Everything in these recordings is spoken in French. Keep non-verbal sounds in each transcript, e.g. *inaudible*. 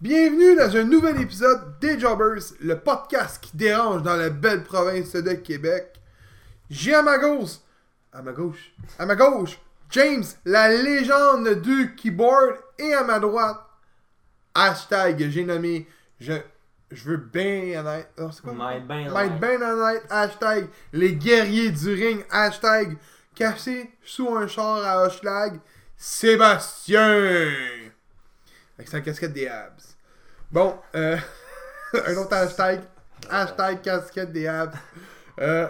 Bienvenue dans un nouvel épisode des Jobbers, le podcast qui dérange dans la belle province de Québec. J'ai à ma gauche, à ma gauche, à ma gauche, James, la légende du keyboard, et à ma droite, hashtag, j'ai nommé, je, je veux bien honnête, non, c'est quoi? Might ben Might like. ben honnête, hashtag, les guerriers du ring, hashtag, caché sous un char à Hochelag, Sébastien! Avec sa casquette des abs. Bon, euh, *laughs* un autre hashtag, hashtag casquette des abs. Euh,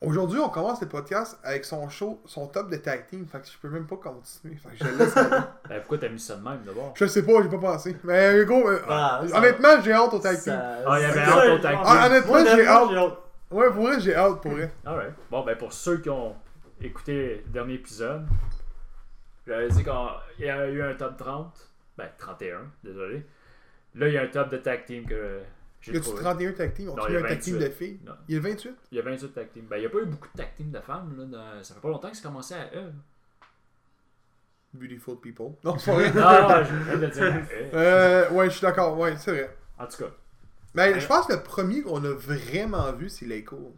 Aujourd'hui, on commence le podcast avec son show, son top de tag team. Fait que je peux même pas continuer. Fait que je le laisse *laughs* aller. Ben, pourquoi t'as mis ça de même d'abord? Je sais pas, j'ai pas pensé. Mais gros, euh, Ah, ça- honnêtement, j'ai hâte au tag team. Ah, il y avait ça- hâte au tag Ah, team. Ah, honnêtement, moi, j'ai honnêtement, hâte. Ouais, pour vrai, j'ai hâte, pour vrai. Alright. Bon, ben pour ceux qui ont écouté le dernier épisode, j'avais dit qu'il y a eu un top 30. Ben, 31, désolé. Là, il y a un top de tag team que Y j'ai a-tu trouvé. 31 tag teams? On Non, a il y a un tag team 28. de filles? Non. Il y a le 28? Il y a 28 tag team. Ben, il n'y a pas eu beaucoup de tag team de femmes. Là, dans- Ça fait pas longtemps que c'est commencé à E. Beautiful people. Non, c'est pas vrai. Non, non, je viens de dire E. Euh, ouais, je suis d'accord, ouais, c'est vrai. En tout cas, Mais je pense que le premier qu'on a vraiment vu, c'est Leiko.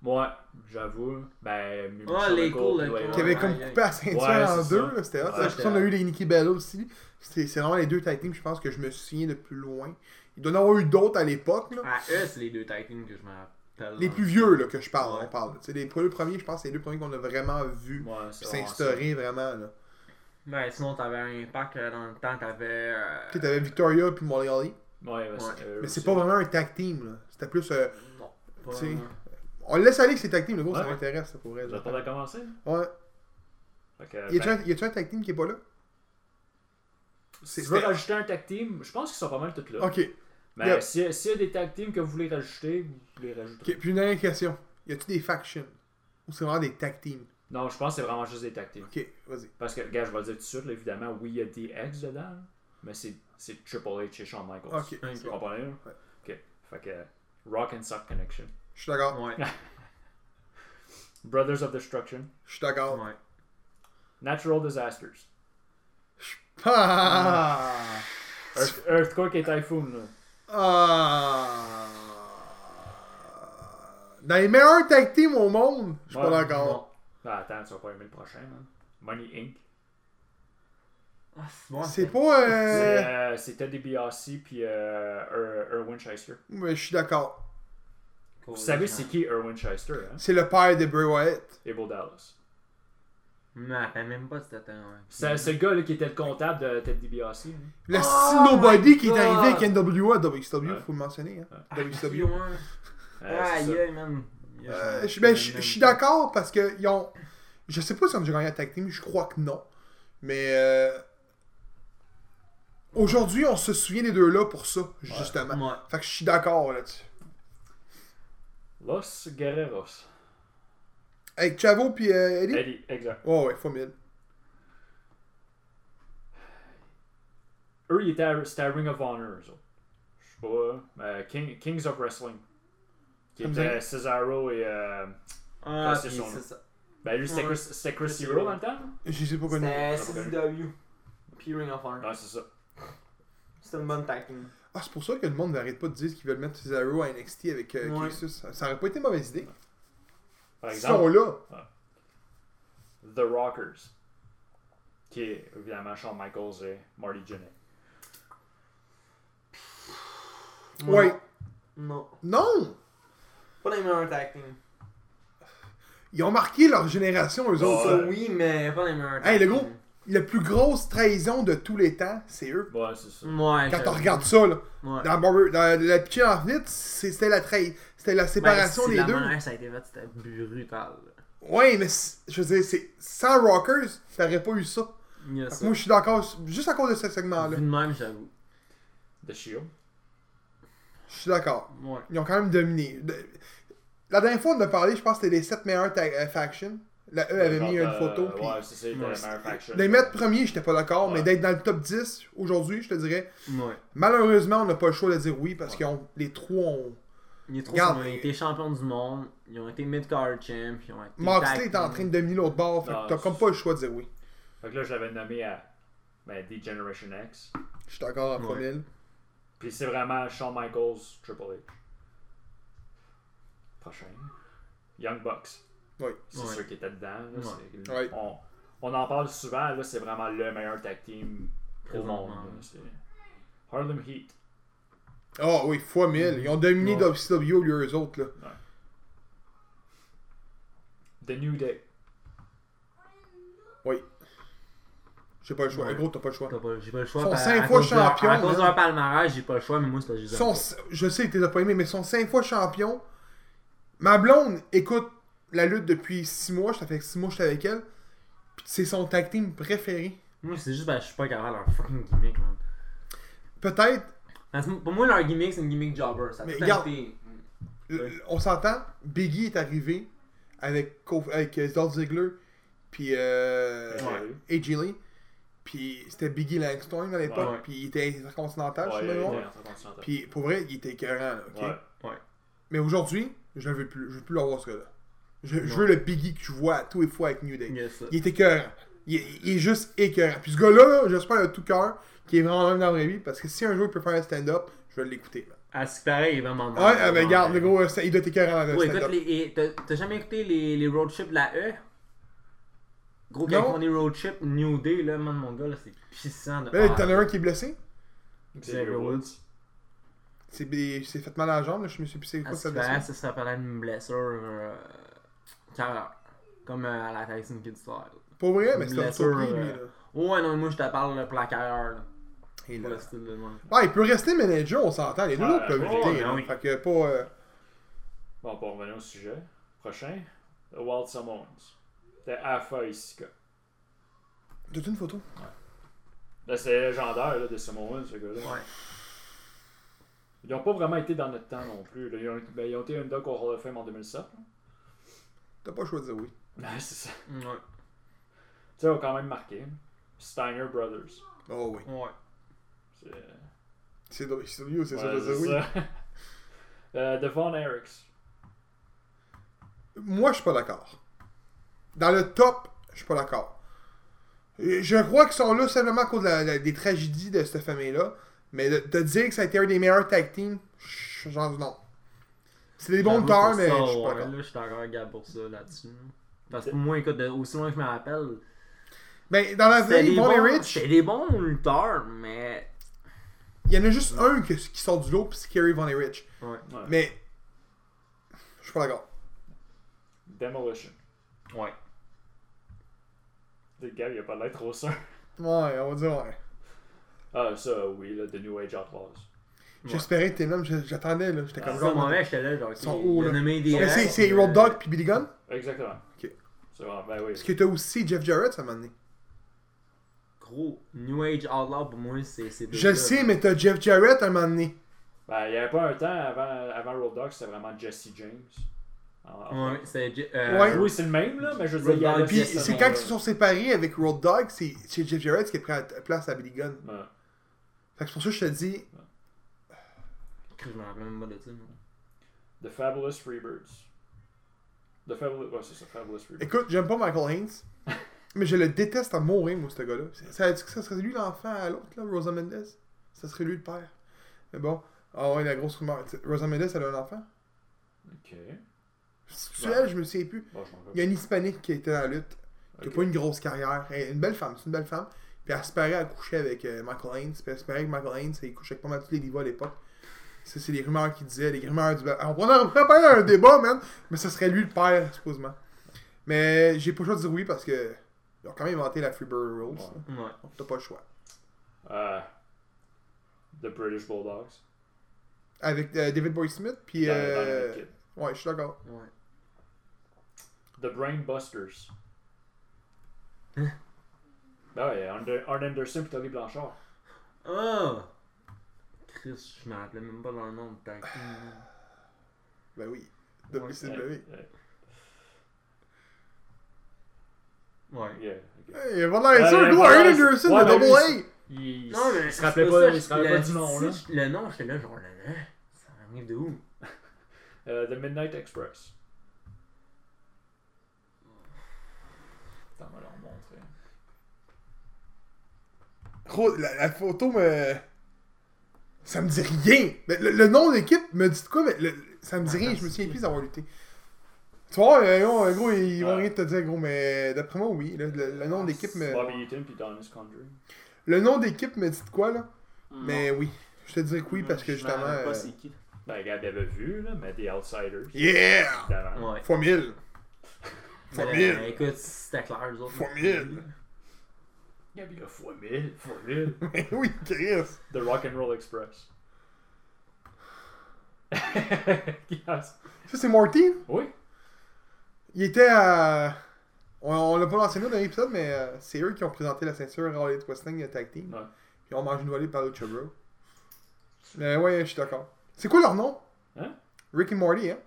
moi, j'avoue, ben... Ouais, Ah, les cool, les ouais, cool. Qui avait ouais. comme ouais, coupé la ceinture ouais, en c'est deux, ça. là, c'était hot. Ouais, Je pense c'était qu'on a hot. eu les Nikki Bella aussi. C'est c'est vraiment les deux tag teams, je pense, que je me souviens le plus loin. Il doit y en avoir eu d'autres à l'époque, là. À Ah, eux, c'est les deux tag teams que je me rappelle. Les plus vieux, là, que je parle, Ouais. on parle. C'est les deux premiers, je pense, c'est les deux premiers qu'on a vraiment vu. Ouais, Puis c'est Euh, vraiment ça. s'instaurer vraiment, là. Ouais, Ben, sinon, t'avais un impact euh, dans le temps, t'avais. euh, Tu sais, t'avais Victoria puis Molly Holly. Ouais, ben, c'est eux Mais c'est aussi. pas vraiment un tag team, là. C'était plus. euh, Non, pas Tu sais. vraiment. On le laisse aller que c'est tag team, le gros, ça Ouais. m'intéresse, ça pourrait. Vous êtes pas à commencer? Ouais. Fait que, Y ben, a-tu un, y a-tu un tag team qui est pas là Si C'est- tu veux c'était- rajouter un tag team, je pense qu'ils sont pas mal toutes là. Ok. Mais Yep. si- s'il y a des tag teams que vous voulez rajouter, vous les rajouterez. Ok, Puis une dernière question. Y a-tu des factions Ou c'est vraiment des tag teams Non, je pense que c'est vraiment juste des tag teams. Ok, vas-y. Parce que, gars, je vais le dire tout de suite, là, évidemment, oui, il y a DX dedans, là, mais c'est c'est Triple H et Shawn Michaels. Ok. Tu comprends là? Ouais. Ok. Fait que Rock and Sock Connection. Je suis d'accord. Ouais, Ah. Brothers of Destruction. Je suis d'accord. *laughs* ouais. Natural Disasters. Ah Earth- Earthquake et Typhoon, là. Ah Dans les meilleurs tag teams au monde, je suis Ouais, pas d'accord. Ah, attends, tu vas pas aimer le prochain, man. Money Inc. Ah, c'est bon, C'est pas. C'est, euh, euh, C'est Ted DiBiase puis euh, Er- Erwin Shyster. Mais je suis d'accord. cool, Vous savez les c'est gens. qui Erwin Shyster, hein? C'est le père de Bray Wyatt. Abel Dallas. Non, t'as même pas ce temps, ouais. C'est c'est le gars là, qui était le comptable de Ted DiBiase. hein. là. Le Oh Sinobody my qui est arrivé avec God. NWA à WCW, Ouais. faut le mentionner. Hein. Qui, WCW. Ah, ouais. Euh, c'est Aïe, ça. aïe, man. Euh, je ben, je- je suis d'accord parce que ils ont. Je sais pas si on a déjà gagné la tag team, je crois que non. Mais euh, aujourd'hui, on se souvient des deux-là pour ça, justement. Ouais. Fait que je suis d'accord là-dessus. Los Guerreros. Avec Chavo puis euh, Eddie? Eddie, exact. Ouais, ouais, formidable. Eux, ils étaient à, c'était à Ring of Honor, eux autres. Je sais pas. euh, King- Kings of Wrestling. Qui Ça me dit rien. était Cesaro et. euh, Ah, Ouais, c'est puis son- c'est ça. ben lui, c'était Ouais. Chris, c'était Chris Chris Hero Hero. dans le temps? hein? là? Je sais pas connu. C'était Ça va CCW. Puis Ring of Honor. Ouais, c'est ça. C'était une bonne tag team. Ah, c'est pour ça que le monde n'arrête pas de dire qu'ils veulent mettre Cesaro à NXT avec euh, Ouais. Kisus. Ça, ça aurait pas été une mauvaise idée. Par Ils sont exemple, là. The Rockers. Qui est évidemment Shawn Michaels et Marty Jannetty. Ouais. Non. Non! Pas les meilleurs tag team. Ils ont marqué leur génération, eux autres. Ouais. là. Ça, Euh, oui, mais pas les meilleurs. Hey, tag le team. La plus grosse trahison de tous les temps, c'est eux. Ouais, c'est ça. Ouais. Quand je- on regarde ça, là. Ouais. Ben, Dans, Barber, dans la Pitcher Infinite, c'est- c'était la trahi- c'était la séparation Ben, si des la deux. manière que ça a été fait, c'était brutal. Ouais, mais c- je veux dire, c'est sans Rockers, t'aurais pas eu ça. Il y a Fait que ça. Moi, je suis d'accord, juste à cause de ce Vu segment-là. de même, j'avoue. The Shield. Je suis d'accord. Ouais. Ils ont quand même dominé. De- La dernière fois, on en a parlé, je pense que c'était les 7 meilleurs ta- euh, factions. La E avait mis Genre, une euh, photo. puis Ouais, c'est ça, il était Ouais, la meilleure faction. Les mettre premier, j'étais pas d'accord, mais Ouais. d'être dans le top 10 aujourd'hui, je te dirais, Ouais. malheureusement, on n'a pas le choix de dire oui parce Ouais. que les trois ont. Il est trop Regarde, Ils ont mais- été champions du monde, ils ont été mid-card champ, ils ont été. Moxley tag est en team. train de dominer l'autre bord, fait que Non, t'as comme c'est- pas le choix de dire oui. Fait que là, je l'avais nommé à ben, des Generation X. Je suis d'accord à Ouais. 3000. Puis c'est vraiment Shawn Michaels, Triple H. Prochain. Young Bucks. Oui. C'est Ouais. sûr qu'il était dedans. là, Ouais. c'est- Ouais. On, on en parle souvent, là, c'est vraiment le meilleur tag team au Présentement, monde. là, ouais. c'est- Harlem Heat. Ah oui, fois 1000. Ils ont dominé Ouais. WCW, lui, eux autres. Là. The New Day. J'ai pas le choix. Ouais. En gros, t'as pas le choix. T'as pas- J'ai pas le choix. Ils sont par- à cinq fois cause de leur- champions, À cause de man. leur palmarès, j'ai pas le choix, mais moi, c'est parce que j'ai Son- je sais que t'es pas aimé, mais son 5 fois champion. Ma blonde écoute la lutte depuis 6 mois. Ça fait 6 mois que j'étais avec elle. Puis c'est son tag team préféré. Moi, c'est juste parce que je suis pas capable de leur fucking gimmick, man. Peut-être, Parce que pour moi, leur gimmick, c'est une gimmick jobber. Ça a Mais tout le temps regarde- été- l- Ouais. on s'entend, Biggie est arrivé avec, Kof- avec euh, Dolph Ziggler. Puis euh, Ouais. AJ Lee. Puis c'était Biggie Langston à l'époque. Ouais. Puis il était intercontinental, je sais pas Ouais, le nom. ouais, Intercontinental. Puis pour vrai, il était écœurant, là, ok? Ouais. Mais aujourd'hui, je ne veux plus, je veux plus l'avoir ce gars-là. Je, je Non. veux le Biggie que tu vois à tous les fois avec New Day. Yes, ça. Il est écœurant. Il, est- il est juste écœurant. Puis ce gars-là, là, j'espère de tout cœur qu'il est vraiment même dans la vraie vie parce que si un jour il peut faire un stand-up, je vais l'écouter. man. À ce qui paraît, il est vraiment Ouais, ah, mais regarde, le gros, euh, ça- il doit être écœurant dans le Ouais, écoute, stand-up. les- et t'as- t'as jamais écouté les, les road trips de la E Gros, quand Non. on est road trip, New Day, là, man, mon gars, là, c'est pissant. De... Mais là, Ah, t'en as un qui est blessé. Xavier Woods. C'est il s'est fait mal à la jambe, là, je me suis pissé à quoi ce ça qui paraît, blessure. ça serait peut-être une blessure. Euh, carreur. Comme euh, à la Tyson Kidd style. Pour vrai, mais c'est un blessure, surpris, lui. euh, Là. Ouais, non, moi, je te parle là, pour la carrière. Là, Et pour là. le style de moi. Ah, il peut rester manager, on s'entend. Les deux Ouais, autres peuvent ouais, lutter. ouais, là. oui. Fait que pas. euh, Bon, pour revenir au sujet. Prochain. The Wild Summons. C'était Alpha et Sika. T'as-tu une photo Là, Ben, c'est légendaire là, de Samoan, ce gars-là. Ouais. Ils n'ont pas vraiment été dans notre temps non plus. là. Ils, ont, ben, ils ont été un doc au Hall of Fame en 2007. T'as pas choisi, oui. Ben, c'est ça. Ouais. Tu sais, ils ont quand même marqué. Steiner Brothers. Oh oui. Ouais. C'est C'est W- c'est W, c'est ça, Ouais, je veux dire, oui. ça. *laughs* Euh, Devon Eriks. Moi, je suis pas d'accord. Dans le top, je suis pas d'accord. Euh, Je crois qu'ils sont là simplement à cause de la- la- des tragédies de cette famille-là. Mais de, de dire que ça a été un des meilleurs tag teams, je- genre non. C'est des bons J'avoue, pour lutteurs, mais ça, je suis pas ouais, d'accord. Là, je suis encore regarde pour ça là-dessus. Parce que pour moi, écoute, de- aussi loin que je me rappelle, Mais dans la c'était vie, des, bons, Von et Rich, c'était des bons lutteurs, mais. il y en a juste un que- qui sort du lot, puis c'est Kerry Von et Rich. Ouais. Ouais. Mais je suis pas d'accord. Demolition. Ouais. Le gars, il a pas l'air trop sûr. Ouais, on va dire ouais. Ah, ça, oui, là, The New Age Outlaws. J'espérais que t'es là, mais je- j'attendais, là. J'étais comme Comme genre, genre. moi, j'étais là, genre, ok, sont hauts, il a là. nommé des. Mais c'est- règles, c'est euh, Road Dogg puis Billy Gunn. Exactement. Ok. C'est vrai, ben oui. Parce que t'as aussi Jeff Jarrett, ça m'a donné. Gros, New Age Outlaw, pour moi, c'est. c'est deux Je gars, le sais, là. mais t'as Jeff Jarrett à un moment donné. Ben, il n'y avait pas un temps avant, avant Road Dogg, c'était vraiment Jesse James. Ah, ah. Ouais, c'est. J- euh, Ouais. Oui, c'est le même, là, mais je veux Road dire, il y avait Dogg, Puis Yes, c'est non, quand ouais. ils se sont séparés avec Road Dogg, c'est c'est Jeff Jarrett qui a pris la t- place à Billy Gunn. Ouais. Fait que c'est pour ça que je te dis, Je me rappelle même pas de ça. moi. The Fabulous Freebirds. The Fabulous. Ouais, c'est ça, Fabulous Freebirds. écoute, j'aime pas Michael Haynes, *laughs* mais je le déteste à mourir, moi, ce gars-là. C'est- Ça, est-ce que ça serait lui l'enfant à l'autre, là, Rosa Mendes Ça serait lui le père. Mais bon, ah ouais, la grosse rumeur. Tu sais, Rosa Mendes, elle a un enfant Ok. C'est Ouais. elle, je me souviens plus. Bon, je m'en Il y a une hispanique qui était dans la lutte, qui a Ok. pas une grosse carrière. Elle est une belle femme, c'est une belle femme. Puis elle se paraît à coucher avec euh, Michael Haynes. Puis elle se paraît que Michael Haynes, il couchait avec pas mal tous les divas à l'époque. Ça, c'est les rumeurs qu'il disait, les rumeurs du. Alors, on aurait préparé un débat, man, mais ce serait lui le père, supposément. Mais j'ai pas le choix de dire oui parce que. Ils ont quand même inventé la Freebird Rules. Ouais. là. Ouais. Donc, T'as pas le choix. Euh, the British Bulldogs. Avec euh, David Boy Smith, puis. Dans- dans euh, le kit. ouais, je suis d'accord. Ouais. The Brain Busters. Hein? Ben ouais, Arn- Arn Anderson et Tony Blanchard. Oh! Ah! Chris, je me rappelais même pas dans le nom de ta team. Ben oui. Ouais, WCW. Ouais, Ouais. ouais, yeah, ok. Hey, il va de l'air sûr, Ouais, nous, ouais, Arn ouais, Anderson, ouais, le ben double lui, A! Il, Non, mais. il se rappelait c'est pas, ça, il je- se rappelait pas le- du nom, là. si je- Le nom, j'étais là, genre, le nom. Ça arrive de où? Euh, the Midnight Express. Attends, on va leur montrer. Ro- La, la photo me. Ça me dit rien. Le, le- le nom de l'équipe me dit de quoi, mais le- ça Ah, me dit rien. Je me souviens plus d'avoir lutté. Tu vois, euh, gros, euh, gros, ils vont Ouais. rien te dire, gros, mais d'après moi, oui. là, le, le nom d'équipe me. Bobby Eaton puis Thomas Condry. Le nom d'équipe me dit de quoi, là Mais oui. Je te dirais que oui, Non, parce que je m'en justement. rappelle pas euh, c'est qui. Ben, regarde, elle avait vu, là, mais des Outsiders. Yeah! D'avant. Ouais. Fois mille. Fois Mais, mille. euh, écoute, c'était clair, eux autres. Fois mille. Gabi, là, fois mille, fois mille. *laughs* Mais oui, Chris. *laughs* The Rock'n'Roll Express. *laughs* Yes. Ça, c'est Morty. Oui, Il était à. On, on l'a pas mentionné dans l'épisode, mais euh, c'est eux qui ont présenté la ceinture All Elite Wrestling Tag Team. Ouais. Puis on mange une volée par le Chubro. Mais ouais, je suis d'accord. C'est quoi leur nom Hein? Rick et Morty, hein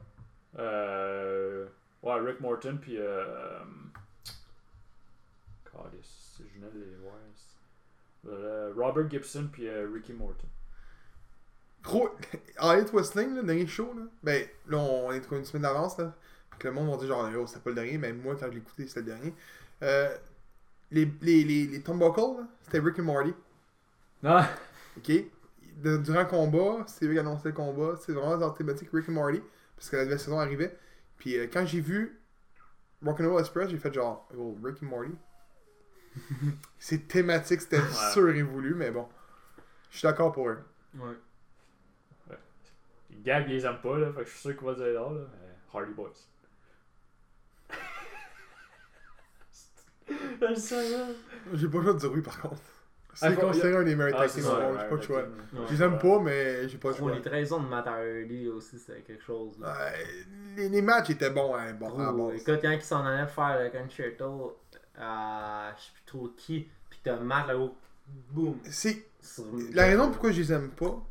Euh, ouais, Rick Morton, puis. Euh, God, c'est- je venais de les voir. c'est- Euh, Robert Gibson, puis euh, Ricky Morton. Gros. *laughs* All Elite Wrestling, là, dernier show, là. Ben, là, on est trop une semaine d'avance, là. Fait que le monde va dire genre, yo, c'est pas le dernier, mais moi, quand je l'écoutais, c'était le dernier. Euh, les, les, les, les Turnbuckles, là, c'était Rick et Morty. Ah, OK? De- durant le combat, c'est eux qui annonçaient le combat. C'est vraiment dans la thématique Rick et Morty, parce que la nouvelle saison arrivait. Puis euh, quand j'ai vu Rock'n'Roll Express, j'ai fait genre, oh, Rick et Morty. c'est thématique, c'était Ouais. sûr et voulu, mais bon. Je suis d'accord pour eux. Ouais. Gab, il les aime pas, là, fait que je suis sûr qu'il va dire là, là. mais Hardy Boys. *laughs* je le savais. J'ai pas le choix de dire oui, par contre. C'est Ah, faut- considéré un des meilleurs Ah, tag c'est team ça, au monde, ouais, j'ai pas le ouais, choix. ouais. Je les aime pas, mais j'ai pas le Pour choix. les 13 ans de Matt Hardy aussi, c'était quelque chose. Là. Ouais, les, les matchs étaient bons, hein, bon, à la Ou, base. écoute, quand ils s'en allaient faire le concerto à je sais plus trop qui, pis t'as Matt là-haut, boum. C'est sur- La raison pourquoi je les aime pas,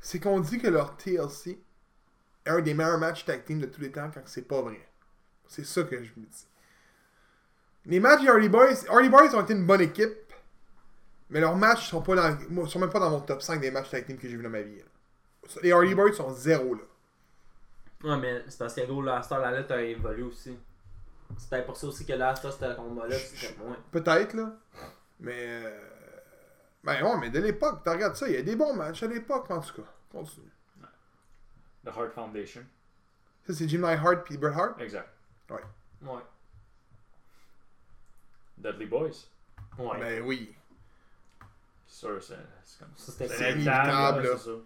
c'est qu'on dit que leur TLC est un des meilleurs matchs tag team de tous les temps quand c'est pas vrai. C'est ça que je me dis. Les matchs des Hardy Boys, Hardy Boys ont été une bonne équipe, mais leurs matchs sont pas dans, moi, sont même pas dans mon top 5 des matchs tag team que j'ai vu dans ma vie. là. Les Hardy Boys sont zéro là. Ouais, mais c'est parce que gros, la star, la lettre a évolué aussi. C'était pour ça aussi que là, ça, c'était le combat-là, c'était moins. Peut-être là, mais euh, ben ouais, mais de l'époque, t'as regardes ça, il y a des bons matchs à l'époque en tout cas. Continue. The Heart Foundation. Ça c'est Jim Hart puis Bret Hart. Exact. Ouais. Dudley Boys. Ouais. Ben oui. C'est sûr, c'est c'est comme Ça, c'était C'est C'est inévitable, inévitable, là. là, c'est ça.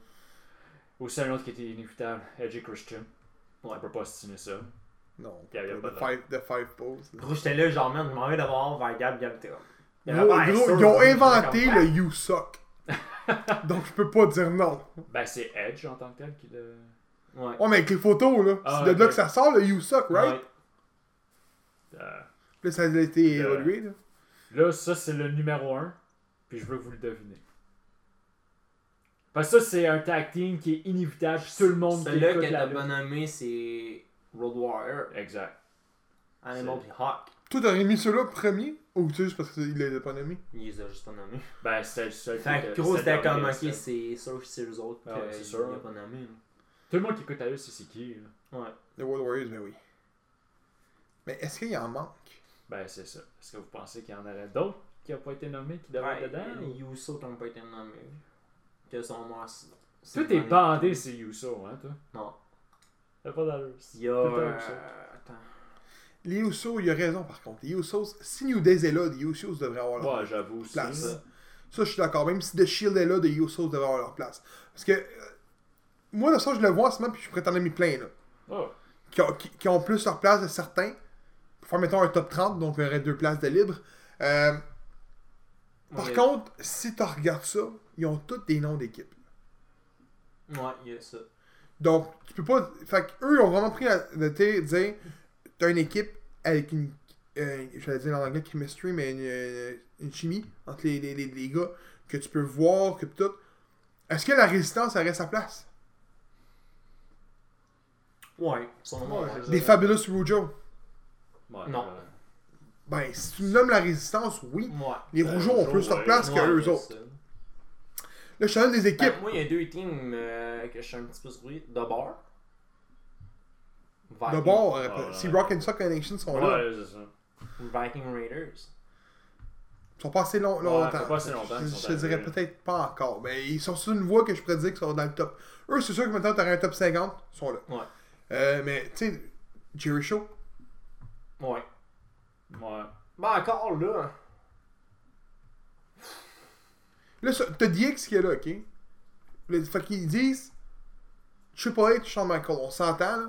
Aussi, un autre qui était inévitable, Edge et Christian. On peut pas stimuler ça. Non. Y a- y a de pas de- five, de five pose. là. Gros, j'étais là, genre, man, je m'en vais d'abord vers Gab Gab Terra. Gros, gros, ils ont inventé le You Suck. *laughs* Donc je peux pas dire non. Ben, c'est Edge en tant que tel qui le. Ouais. Oh mais avec les photos là, Ah, c'est de là ok. que ça sort le You Suck, right? Ouais. Euh, Là ça a été Euh. évolué là. Là, ça, c'est le numéro 1. Puis je veux que vous le devinez. Parce que ça, c'est un tag team qui est inévitable. puis Tout le monde qui Celui-là écoute que la t'as lutte. pas nommé, c'est Road Warrior, Exact. Animal C'est- pis Hawk. Toi t'aurais mis celui-là premier ou tu sais juste parce qu'il l'a pas nommé? Il les a juste pas nommés. Ben, c'est le seul. qui Fait était- que gros, c'était c'était le comme, dernier, ok, ça. c'est sûr que c'est eux autres Ah ouais, c'est qu'il sûr. a pas nommé. là. Tout le monde qui écoute la lutte, c'est c'est qui là. The World Warriors, ben oui. Mais est-ce qu'il en manque? Ben, c'est ça. Est-ce que vous pensez qu'il y en aurait d'autres qui n'ont pas été nommés qui devraient Ouais, être dedans les ou- Usos qui ont pas été nommés. Que sont morts. c'est- c'est Tout est dans les- bandé, c'est Yusso, hein, toi Non. T'as pas d'allure. Il y a. Tout le temps euh, Usos. Attends. Les Usos, il a raison par contre. Les Usos, si New Days est là, les Usos devraient avoir leur Ouais, j'avoue aussi. place. là. Ça, je suis d'accord. Même si The Shield est là, The Usos devraient avoir leur place. Parce que, euh, moi, de ça, je le vois en ce moment, puis je pourrais t'en aimer plein, là. Oh, qui ont, qui- qui ont plus leur place de certains, pour faire, mettons, un top 30, donc il y aurait deux places de libre. Euh, par Ouais, contre, si tu regardes ça, ils ont tous des noms d'équipe. Ouais, il y a ça. Donc, tu peux pas. Fait qu'eux, ils ont vraiment pris la de t- dire t'as une équipe avec une. euh, J'allais dire en anglais chemistry, mais une, euh, une chimie entre les, les- les- les gars que tu peux voir, que tout. Est-ce que la résistance aurait sa place Ouais. Son Ouais, nom, je- Des Fabulous Rougeaux. ouais, Non. euh, Ben, si tu nommes la résistance, oui. Moi. Les Euh, Rougeaux ont Rougeaux, plus leur ouais. place que eux autres. Là, je te donne des équipes. moi, il y a deux teams euh, que je suis un petit peu surpris. D'abord. Ben, Viking, D'abord, Ah, euh, si ouais. Rock and Sock Connection sont là, ouais, c'est ça. Viking Raiders. sont passés long- Ouais, longtemps. ça fait pas si longtemps Je, qu'ils sont je te dirais arrivés, là. peut-être pas encore, mais ils sont sur une voie que je prédis qu'ils sont dans le top. Eux, c'est sûr que maintenant, t'aurais un top 50, ils sont là. Ouais. Euh, mais, tu sais, Jerry Show, Ouais. Ouais. Mais encore là. là, ça- t'as DX qui est là, ok? Le, fait qu'ils disent Triple H, Shawn Michaels, on s'entend, là.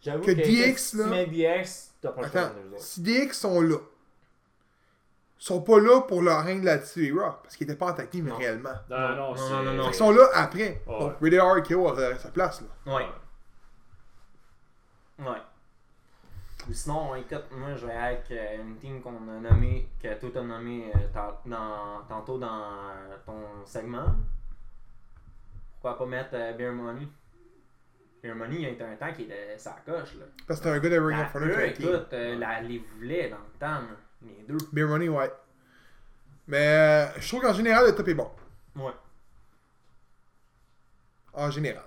J'avoue Que que, DX, si là- Tu mets DX, t'as pas le choix Attends, de nous autres. si DX sont là, ils sont pas là pour leur règne là-dessus, Raw, parce qu'ils étaient pas en tag team Non. réellement. Non, non, Non, c'est- non, non, non. Ils sont là après. Ouais. Donc, Ray RKO a euh, sa place, là. Ouais. Ouais. Ou sinon, écoute, moi je vais avec euh, une team qu'on a nommée, que toi t'as nommé euh, tan- dans- tantôt dans euh, ton segment. Pourquoi pas mettre euh, Beer Money Beer Money, il y a été un temps qui était sa coche là. Parce que t'as un gars de Bah, Ring of Ah, Honor eux, tag team. écoute, euh, la, les voulait dans le temps, là, les deux. Beer Money, ouais. Mais euh, je trouve qu'en général, le top est bon. Ouais. En général.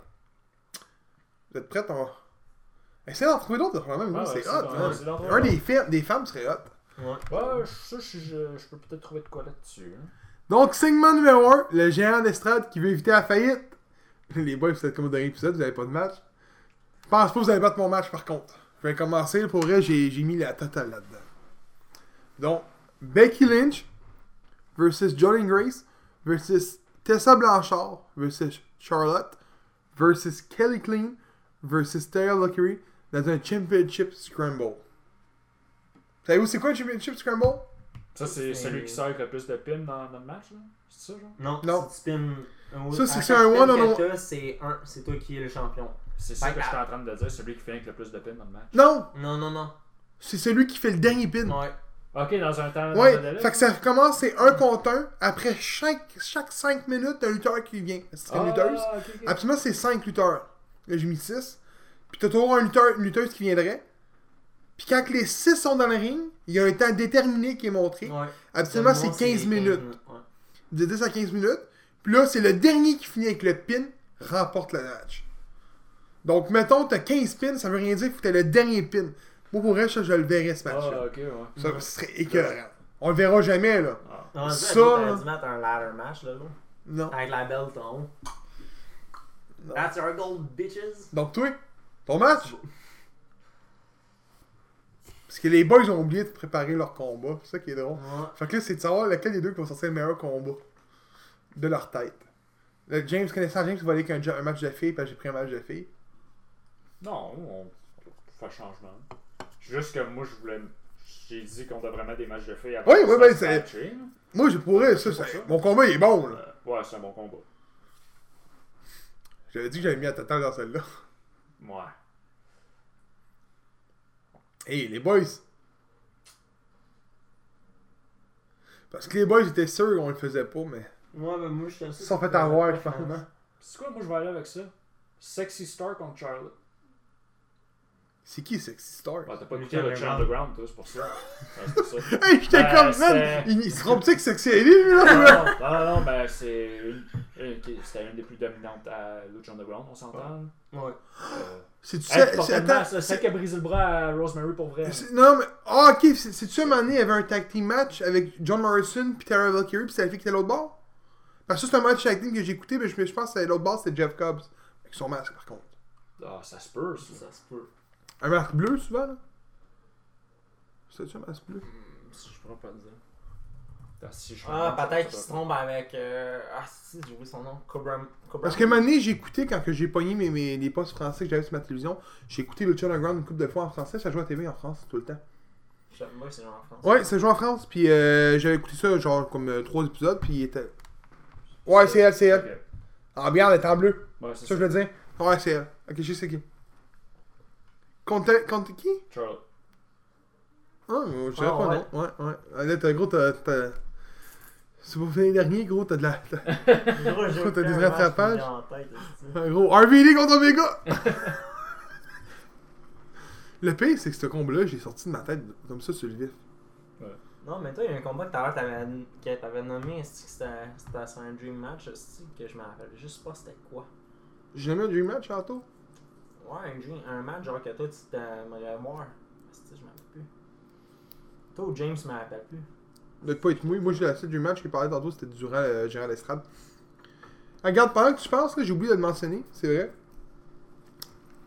Vous êtes prêts? On... Essayez d'en trouver d'autres. vraiment, Ouais, nous, Ah, ouais, c'est c'est hot. dans- hein. c'est dans- Un des, films- des femmes serait hot. Ouais. Ouais, ça, je, je, je peux peut-être trouver de quoi là-dessus. hein. Donc, segment numéro 1, le géant d'estrade qui veut éviter la faillite. Les boys, vous êtes comme au dernier épisode, vous avez pas de match. Je pense pas que vous allez battre mon match par contre. Je vais commencer, pour vrai, j'ai j'ai mis la totale là-dedans. Donc, Becky Lynch versus Jordan Grace versus Tessa Blanchard versus Charlotte versus Kelly Clean versus Taylor Lockery dans un Championship Scramble. Savez-vous c'est quoi un Championship Scramble? Ça, c'est C'est- celui qui sert le plus de pins dans, dans le match, là. C'est ça, genre Non, Non. si tu pines un Ça, c'est à que c'est chaque un pin one on que one. t'as, C'est un, c'est toi qui es le champion. C'est ça Ben, que je suis ah. en train de dire, celui qui finit avec le plus de pins dans le match. Non! Non, non, non. C'est celui qui fait le dernier pin. Ouais. Ok, dans un temps. Ouais, dans un délai. fait que ça recommence, c'est un contre un. Après chaque, chaque 5 minutes, t'as un lutteur qui vient. C'est une lutteuse. Ah, ok, ok. Absolument, c'est 5 lutteurs. Là, j'ai mis 6. Puis t'as toujours un lutteur, une lutteuse qui viendrait. Puis quand que les 6 sont dans le ring, il y a un temps déterminé qui est montré. ouais. Absolument, c'est Moi, 15 minutes. ouais. De 10 à 15 minutes. Puis là, c'est le dernier qui finit avec le pin, remporte le match. Donc, mettons, t'as 15 pins, ça veut rien dire, faut que t'aies le dernier pin. Moi, pour vrai, ça, je le verrais ce match-là. Ah, ok, ouais. Ça, ce serait écœurant. On le verra jamais, là. Ah. Non, Ça, ça, t'aurais là. dû mettre un ladder match, là, gros. Non. Avec la belt en haut. Non. That's our gold, bitches. Donc toi, ton match? Parce que les boys ont oublié de préparer leur combat, c'est ça qui est drôle. Ouais. Fait que là, c'est de savoir lequel des deux qui va sortir le meilleur combat de leur tête. Le James, connaissant James, il va aller qu'un un match de filles, puis j'ai pris un match de filles. Non, on on fait changement. C'est juste que moi, je voulais. J'ai dit qu'on devrait mettre des matchs de filles avant Oui, qu'on oui, se fasse oui, c'est- matcher, là. Moi, je pourrais, ça, C'est ça- pour ça. mon combat, il est bon, là. Euh, hein. Ouais, c'est un bon combat. J'avais dit que j'avais mis à total dans celle-là. Ouais. Hey, les boys! Parce que les boys, j'étais sûr qu'on le faisait pas, mais... Ouais, ben moi, je suis Ils se sont fait avoir, finalement. C'est quoi, moi, je vais aller avec ça Sexy Star contre Charlotte. C'est qui, Sexy Star? Ouais, t'as pas Lucha écouté le Channel Underground, toi, c'est pour ça. Ouais, c'est pour ça. *laughs* Hey, j'étais Ben, comme, man! c'est- Il, il se trompe-tu que Sexy Ellie, lui, *laughs* là? non, non, non, ben c'est une, une qui- c'était une des plus dominantes à Lucha Underground, on s'entend. Ouais. Euh, C'est-tu hey, ça? c'est- porte-le-main, Attends, c'est c'est- celle qui a brisé le bras à Rosemary pour vrai. c'est- Non, mais. Ah, ok, c'est- c'est-tu un moment donné, il y avait un tag team match avec John Morrison puis Tara Valkyrie puis c'est la fille qui était à l'autre bord? Parce que ça, c'est un match tag team que j'ai écouté, mais je, je pense que l'autre bord, c'était Jeff Cobbs. Avec son masque, par contre. Ah, ça se peut, ça. Ça se peut. Un masque bleu, souvent, là? C'est-tu un masque bleu? Hmm, Je pourrais pas te dire. Attends, si je Ah, regarde, peut-être qu'il ça se trompe avec. euh, Ah, si, j'ai oublié son nom. Cobra. Cobra. Parce que un moment donné, j'ai écouté quand que j'ai pogné mes, mes, les postes français que j'avais sur ma télévision, j'ai écouté le Underground une couple de fois en français, ça joue à TV en France tout le temps. Je- Moi, c'est genre en France. Ouais, ça joue en France, puis euh, j'avais écouté ça genre comme euh, trois épisodes, puis il était. Ouais, c'est elle, c'est doit- elle. Ok. En bière, elle est en bleu. Ouais, c'est Ça, ça. je le dis. Ouais, c'est elle. Ok, je sais qui. Contre, contre qui Charlotte. Ah, mais je dirais Ah, pas ouais. non. Ouais, ouais. Là, t'as gros, t'as. t'as- C'est pour finir dernier, gros, t'as de la. t'as- Gros, j'ai Écoute, t'as des aucun match qui me rattrapages? vient en tête, est-ce que tu- Un gros, RVD contre Omega *laughs* Le pire, c'est que ce combat-là, j'ai sorti de ma tête comme ça sur le vif. Non, mais toi, il y a un combat que tout à l'heure t'avais- que t'avais nommé. est-ce que C'était c'était sur un Dream Match, est-ce que je me rappelle juste pas c'était quoi. J'ai jamais eu du match, tantôt. Ouais, un, dream- un match genre que toi tu t'aimerais voir. Asti, je m'en rappelle plus. Toi ou James, je m'en rappelle plus. de pas être mouillé. Moi, j'ai la suite du match qui parlait tantôt, c'était durant euh, Gérald Estrade. Ah, Regarde, pendant que tu penses, là, j'ai oublié de le mentionner, c'est vrai.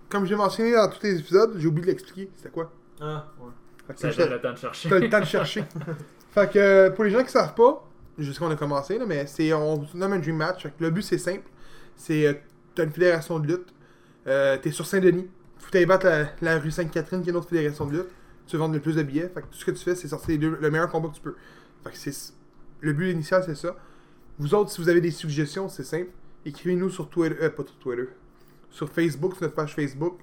Comme j'ai mentionné dans tous les épisodes, j'ai oublié de l'expliquer, c'était quoi. Ah, ouais. Fait que Ça je te- donne le temps de chercher. T'as le temps de chercher. fait que euh, pour les gens qui savent pas, jusqu'à on a commencé, là, mais c'est on se nomme un dream match. Fait que le but c'est simple. C'est euh, t'as une fédération de lutte. Euh, t'es sur Saint-Denis. Faut que t'ailles battre la, la rue Sainte-Catherine qui est notre fédération de lutte. Tu veux vendre le plus de billets. Fait que tout ce que tu fais, c'est sortir les deux- le meilleur combat que tu peux. Fait que c'est le but initial, c'est ça. Vous autres, si vous avez des suggestions, c'est simple. Écrivez-nous sur Twitter, euh, pas sur Twitter, sur Facebook, sur notre page Facebook,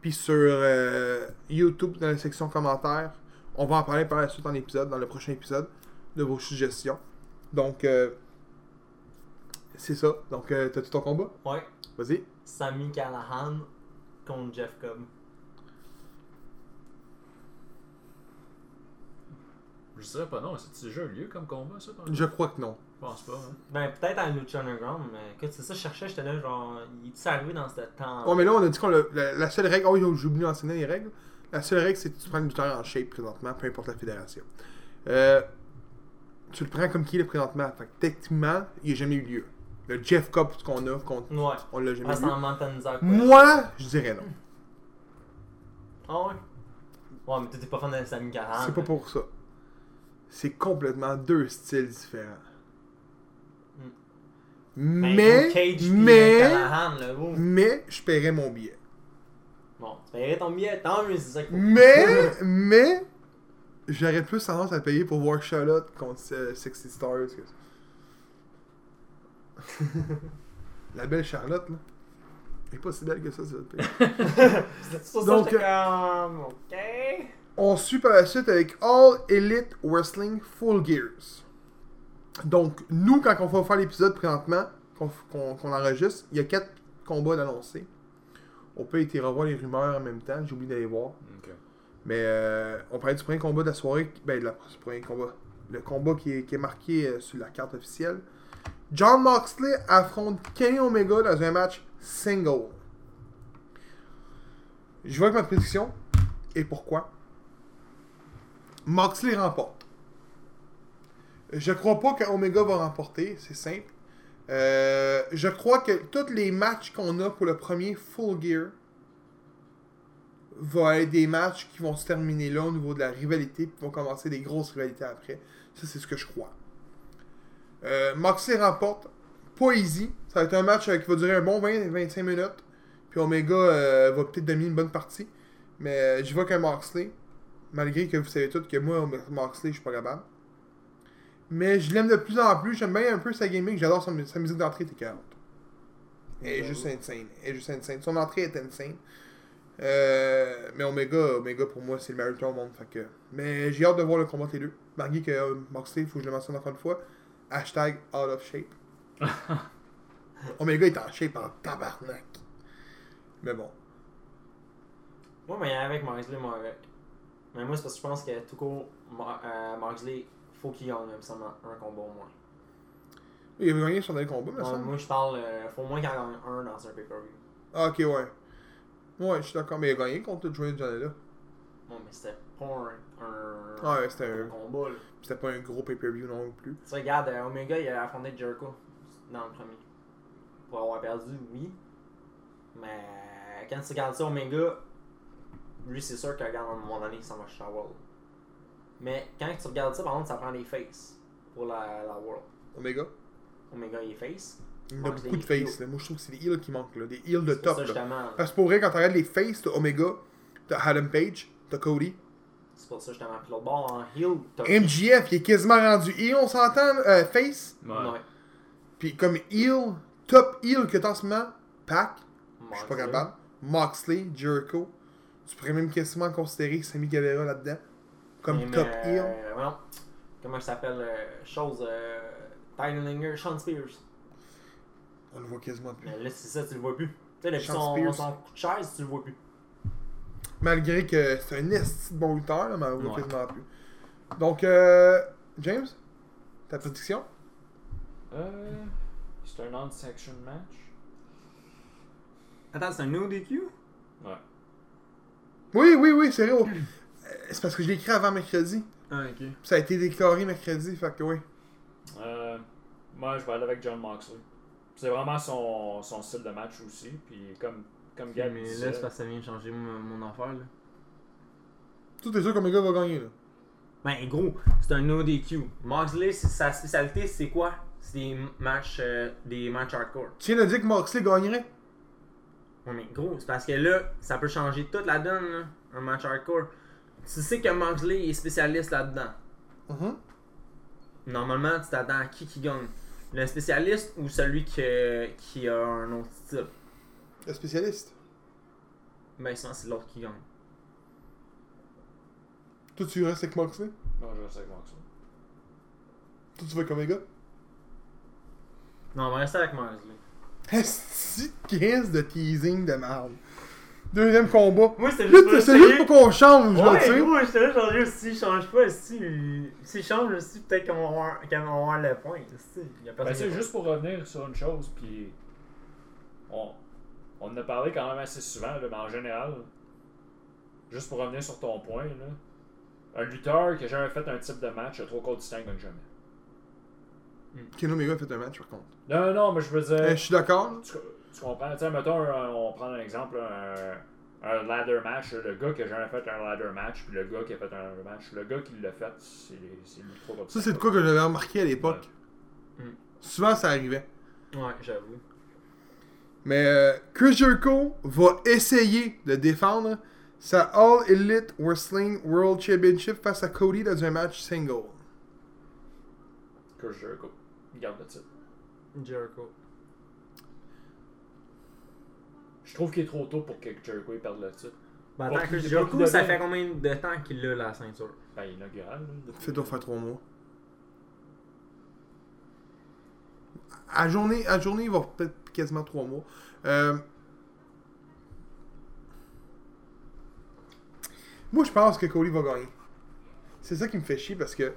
puis sur euh, YouTube dans la section commentaires. On va en parler par la suite dans l'épisode, dans le prochain épisode, de vos suggestions. Donc, euh, c'est ça. Donc, euh, t'as tout ton combat? Ouais. Vas-y. Sammy Callahan contre Jeff Cobb. Je dirais pas non, c'est déjà un lieu comme combat, ça? par exemple? Je crois que non. Je pense pas. hein. Ben, peut-être à Lucha Underground, mais écoute, c'est ça, je cherchais, j'étais là, genre, il est arrivé dans ce temps Ouais, mais là, on a dit qu'on l'a- la, la seule règle. Oh, j'ai oublié d'enseigner les règles. La seule règle, c'est que tu prends le lutteur en shape présentement, peu importe la fédération. Euh, tu le prends comme qui est présentement. Fait que techniquement, il n'a jamais eu lieu. Le Jeff Cobb qu'on a, qu'on Ouais. on l'a jamais Ah, c'est en eu. Mountain's Moi, je dirais non. Ah ouais? Ouais, mais toi, t'es pas fan de Sammy Callahan. C'est pas pour ça. C'est complètement deux styles différents. Mm. Ben, Mais, Luke Cage pis, euh, mais, Callahan, là, ouh. mais, je paierais mon billet. Bon, tu paierais ton billet, tant mieux, c'est ça qu'il faut. Mais, *laughs* mais, j'aurais plus tendance à payer pour voir Charlotte contre euh, Sexy Stars que ça. *laughs* La belle Charlotte, là. Elle est pas si belle que ça, ça va te payer. C'est ça, Donc, euh, j'étais comme, ok. On suit par la suite avec All Elite Wrestling Full Gears. Donc, nous, quand on va faire l'épisode présentement, qu'on qu'on- qu'on enregistre, il y a quatre combats d'annoncés. On peut été revoir les rumeurs en même temps, j'ai oublié d'aller voir. Ok. Mais euh, on parlait du premier combat de la soirée. Ben, de la- du premier combat. Le combat qui est, qui est marqué euh, sur la carte officielle. John Moxley affronte Kenny Omega dans un match single. Je vois avec ma prédiction. Et pourquoi Moxley remporte. Je crois pas que Omega va remporter, c'est simple. Euh, je crois que tous les matchs qu'on a pour le premier Full Gear va être des matchs qui vont se terminer là au niveau de la rivalité, puis vont commencer des grosses rivalités après. Ça, c'est ce que je crois. Euh, Moxley remporte. Pas easy. Ça va être un match euh, qui va durer un bon 20-25 minutes. Puis Omega euh, va peut-être dominer une bonne partie. Mais euh, j'y vois qu'un Moxley. Malgré que vous savez tous que moi, Moxley, je suis pas capable. Mais je l'aime de plus en plus. J'aime bien un peu sa gimmick. J'adore son- sa musique d'entrée, t'es 40. Elle est juste insane. Elle est juste insane. Son entrée est insane. Euh, mais Omega, Omega pour moi, c'est le meilleur lutteur au monde. Fait que... Mais j'ai hâte de voir le combat entre les deux. Malgré que euh, Moxley, faut que je le mentionne encore une fois. Hashtag out of shape. Omega est en shape en tabarnak. Mais bon. Moi, mais avec Marsley, moi, avec. Mais moi, c'est parce que je pense que tout court, Mar euh, Marsley, faut qu'il gagne absolument un combat au moins. Il avait gagné son dernier combat, me Ouais, semble. moi, je parle, euh, faut au moins qu'il en gagne un dans un pay-per-view. Ah, ok, ouais. Ouais, je suis d'accord. Mais il a gagné contre Joey Janela. Ouais, mais c'était pas un, un, Ah ouais, c'était un- un combat, là. C'était pas un gros pay-per-view non plus. Tu sais, regarde, euh, Omega, il a affronté Jericho dans le premier. Pour avoir perdu, oui. Mais quand tu regardes ça, Omega, lui, c'est sûr que, regarde, à un moment donné, ça va chercher la World. Mais quand tu regardes ça, par contre, ça prend des faces pour la, la World. Omega. Omega, il est face. Il y en a Ouais, beaucoup de c'est des faces. là. Moi, je trouve que c'est des heels qui manquent. Là. Des heels de C'est top. pour là. ça, Ah. justement. Parce que pour vrai, quand tu regardes les faces, t'as Omega, t'as Adam Page, t'as Cody. C'est pour ça, justement. Puis l'autre bord, en heel, t'as. MGF, il est quasiment rendu heel, on s'entend, euh, face. Ouais. Ouais. Puis comme heel, top heel que t'as en ce moment, Pac, je suis pas Mark capable. Moxley, Jericho. Tu pourrais même quasiment considérer Sammy Guevara là-dedans. Comme Même, top euh, heel. voyons, comment ça s'appelle euh, Chose. Euh, Linger, Sean Spears. On le voit quasiment plus. Mais là, c'est ça, tu le vois plus. Tu sais, depuis Sean son, Spears. son coup de chaise, tu le vois plus. Malgré que c'est un esti de bon lutteur, là, mais on le voit Ouais. quasiment plus. Donc, euh, James, ta prédiction Euh, c'est un non-section match. Attends, c'est un no DQ Ouais. oh. Hmm. Oui, oui, oui, c'est vrai. Euh, C'est parce que je l'ai écrit avant mercredi. Ah, ok. Ça a été déclaré mercredi, fait que oui. Euh, moi, je vais aller avec John Moxley. C'est vraiment son, son style de match aussi. Puis comme, comme Gab mais disait, là, c'est parce que ça vient de changer mon, mon affaire, là. Tout est sûr qu'Omega va gagner, là. Ben, gros, c'est un no DQ. Moxley, c'est- sa spécialité, c'est quoi C'est des matchs, euh, des matchs hardcore. Tu viens de dire que Moxley gagnerait Ouais, mais gros, c'est parce que là, ça peut changer toute la donne, là, un match hardcore. Tu sais que Moxley est spécialiste là-dedans. Mm-hmm. Mhm. Normalement, tu t'attends à qui qui gagne Le spécialiste ou celui que- qui a un autre titre Le spécialiste. Ben, souvent, c'est l'autre qui gagne. Toi, tu restes avec Moxley Moi, je reste avec Moxley. Toi, tu vas avec Omega Non, on va rester avec Moxley. Esti de crise de teasing de merde. Deuxième combat. Moi, c'est Là, juste pour c'est juste essayer. pour qu'on change, là, tu Ouais, sais. gros, je te changer aussi, change pas si. Si change aussi, peut-être qu'on va avoir- qu'on va avoir le point. Si, y a Ben, personne. c'est juste pour revenir sur une chose, puis on, on en a parlé quand même assez souvent, là, mais en général, juste pour revenir sur ton point, là, un lutteur qui a jamais fait un type de match, il y a trois codes distincts comme jamais. Kenny Omega a fait un match, par contre. Non, non, mais je veux Euh, dire, je suis d'accord. tu, tu comprends, tu sais, mettons, un- on prend un exemple, un, un ladder match, le gars qui a jamais fait un ladder match, puis le gars qui a fait un ladder match, le gars qui l'a fait, c'est c'est les trois codes Ça, c'est de quoi que j'avais remarqué à l'époque. Ouais. Mm. Souvent, ça arrivait. Ouais, j'avoue. Mais euh, Chris Jericho va essayer de défendre sa All Elite Wrestling World Championship face à Cody dans un match single. Que je garde le titre. Jericho. Je trouve qu'il est trop tôt pour que Jericho perde le titre. Ben, Pas attends, plus- Chris pas Jericho, plus ça de fait combien de temps qu'il a la ceinture Ben, inaugural. là, depuis- Ça doit faire trois mois. À journée, à journée, il va peut-être quasiment trois mois. Euh, Moi, je pense que Cody va gagner. C'est ça qui me fait chier parce que.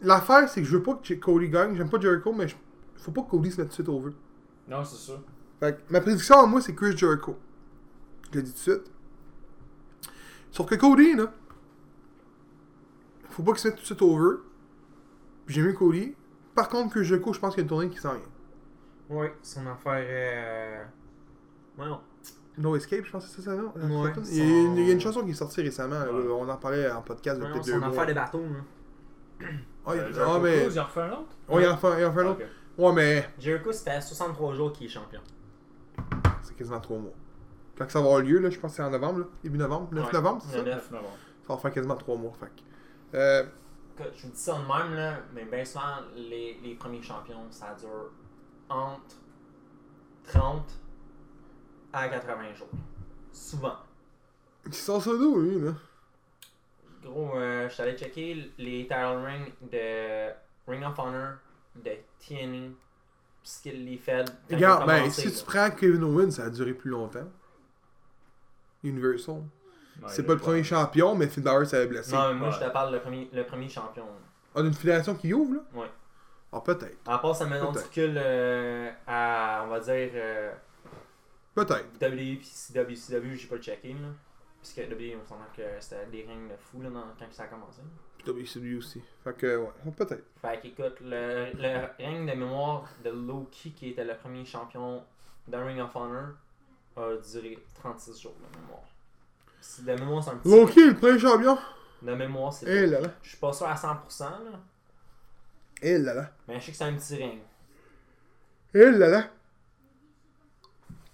L'affaire, c'est que je veux pas que Cody gagne. J'aime pas Jericho, mais je- faut pas que Cody se mette tout de suite over. Non, c'est ça. Fait que ma prédiction à moi, c'est Chris Jericho. Je le dis tout de suite. Sauf que Cody, là, faut pas qu'il se mette tout de suite over. Puis J'aime mieux Cody. Par contre, Chris Jericho, je pense qu'il y a une tournée qui s'en vient. Ouais, son affaire euh, est. Ouais, non. No Escape, je pense que c'est ça, ça non? Ouais, il, y a une, son- il y a une chanson qui est sortie récemment. là, Ouais. on en parlait en podcast de Ouais, non, peut-être son deux affaire mois. des bateaux, là. Ah, il- Euh, ah, Jericho mais... Cruz, il en refait un autre? Ah, Ouais, il en fait, il en fait un autre. Ok. Ouais, mais Jericho, ça fait 63 jours qu'il est champion. c'est quasiment trois mois. Quand ça va avoir lieu, là, je pense que c'est en novembre, là, début novembre, 9 Ouais. novembre, c'est ça? Le 9 neuf. novembre. Ça va faire quasiment trois mois, fait. que- Euh, Écoute, Je vous dis ça de même, là, mais bien souvent, les, les premiers champions, ça dure entre 30 à 80 jours. Souvent. il sort ça d'où, lui, là? Gros, euh, je suis allé checker les title rings de Ring of Honor, de TNA, pis ce qu'il les fait. quand Regarde, ils ont ben, commencé, si là. tu prends Kevin Owens, ça a duré plus longtemps. Universal. Ouais, c'est il pas a le premier champion, mais Finn Balor s'avait blessé. Non, mais moi, Ouais. je te parle le premier, le premier champion. On a une fédération qui ouvre, là? Ouais. Ah, peut-être. À part, ça met dans du Peut-être. cul euh, à, on va dire, euh, Peut-être. WWE pis WCW, j'ai pas checké, là. Parce que WWE, on s'entend que c'était des rings de fou, là, dans- quand ça a commencé. Puis WCW E aussi. Fait que, ouais, ah, peut-être. Fait qu'écoute, le, le ring de mémoire de Loki, qui était le premier champion de Ring of Honor, a duré 36 jours de mémoire. Si de mémoire, c'est un petit. Loki, le premier champion. De mémoire, c'est. Eh là là. Je suis pas sûr à 100%, là, Eh là là. mais ben, je sais que c'est un petit ring. Eh là là.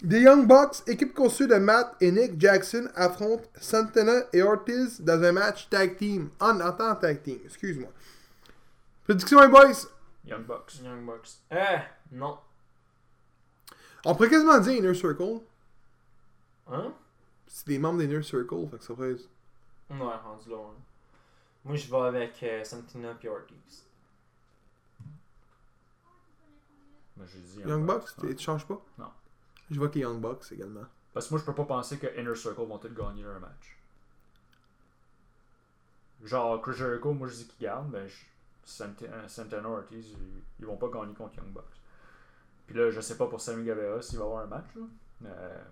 Des Young Bucks, équipe conçue de Matt et Nick Jackson, affrontent Santana et Ortiz dans un match tag team. En, en tant que tag team, excuse-moi. Prédiction, les boys. Young Bucks. Young Bucks. Euh, non. On pourrait quasiment dire Inner Circle. Hein? C'est des membres des Inner Circle, fait que ça ferait. Ouais, rendu là. hein. Moi, je vais avec euh, Santina et Ortiz. Moi, Ben, j'ai dit Young Bucks, tu tu changes pas Non. Je vois qu'il y a Young Bucks également. Parce que moi, je peux pas penser que Inner Circle vont peut-être gagner leur match. Genre, Chris Jericho, moi, je dis qu'ils gardent, mais je- Santi- euh, Santana Ortiz, ils- ils vont pas gagner contre Young Bucks. Puis là, je sais pas pour Sammy Guevara s'il va avoir un match, là. Euh,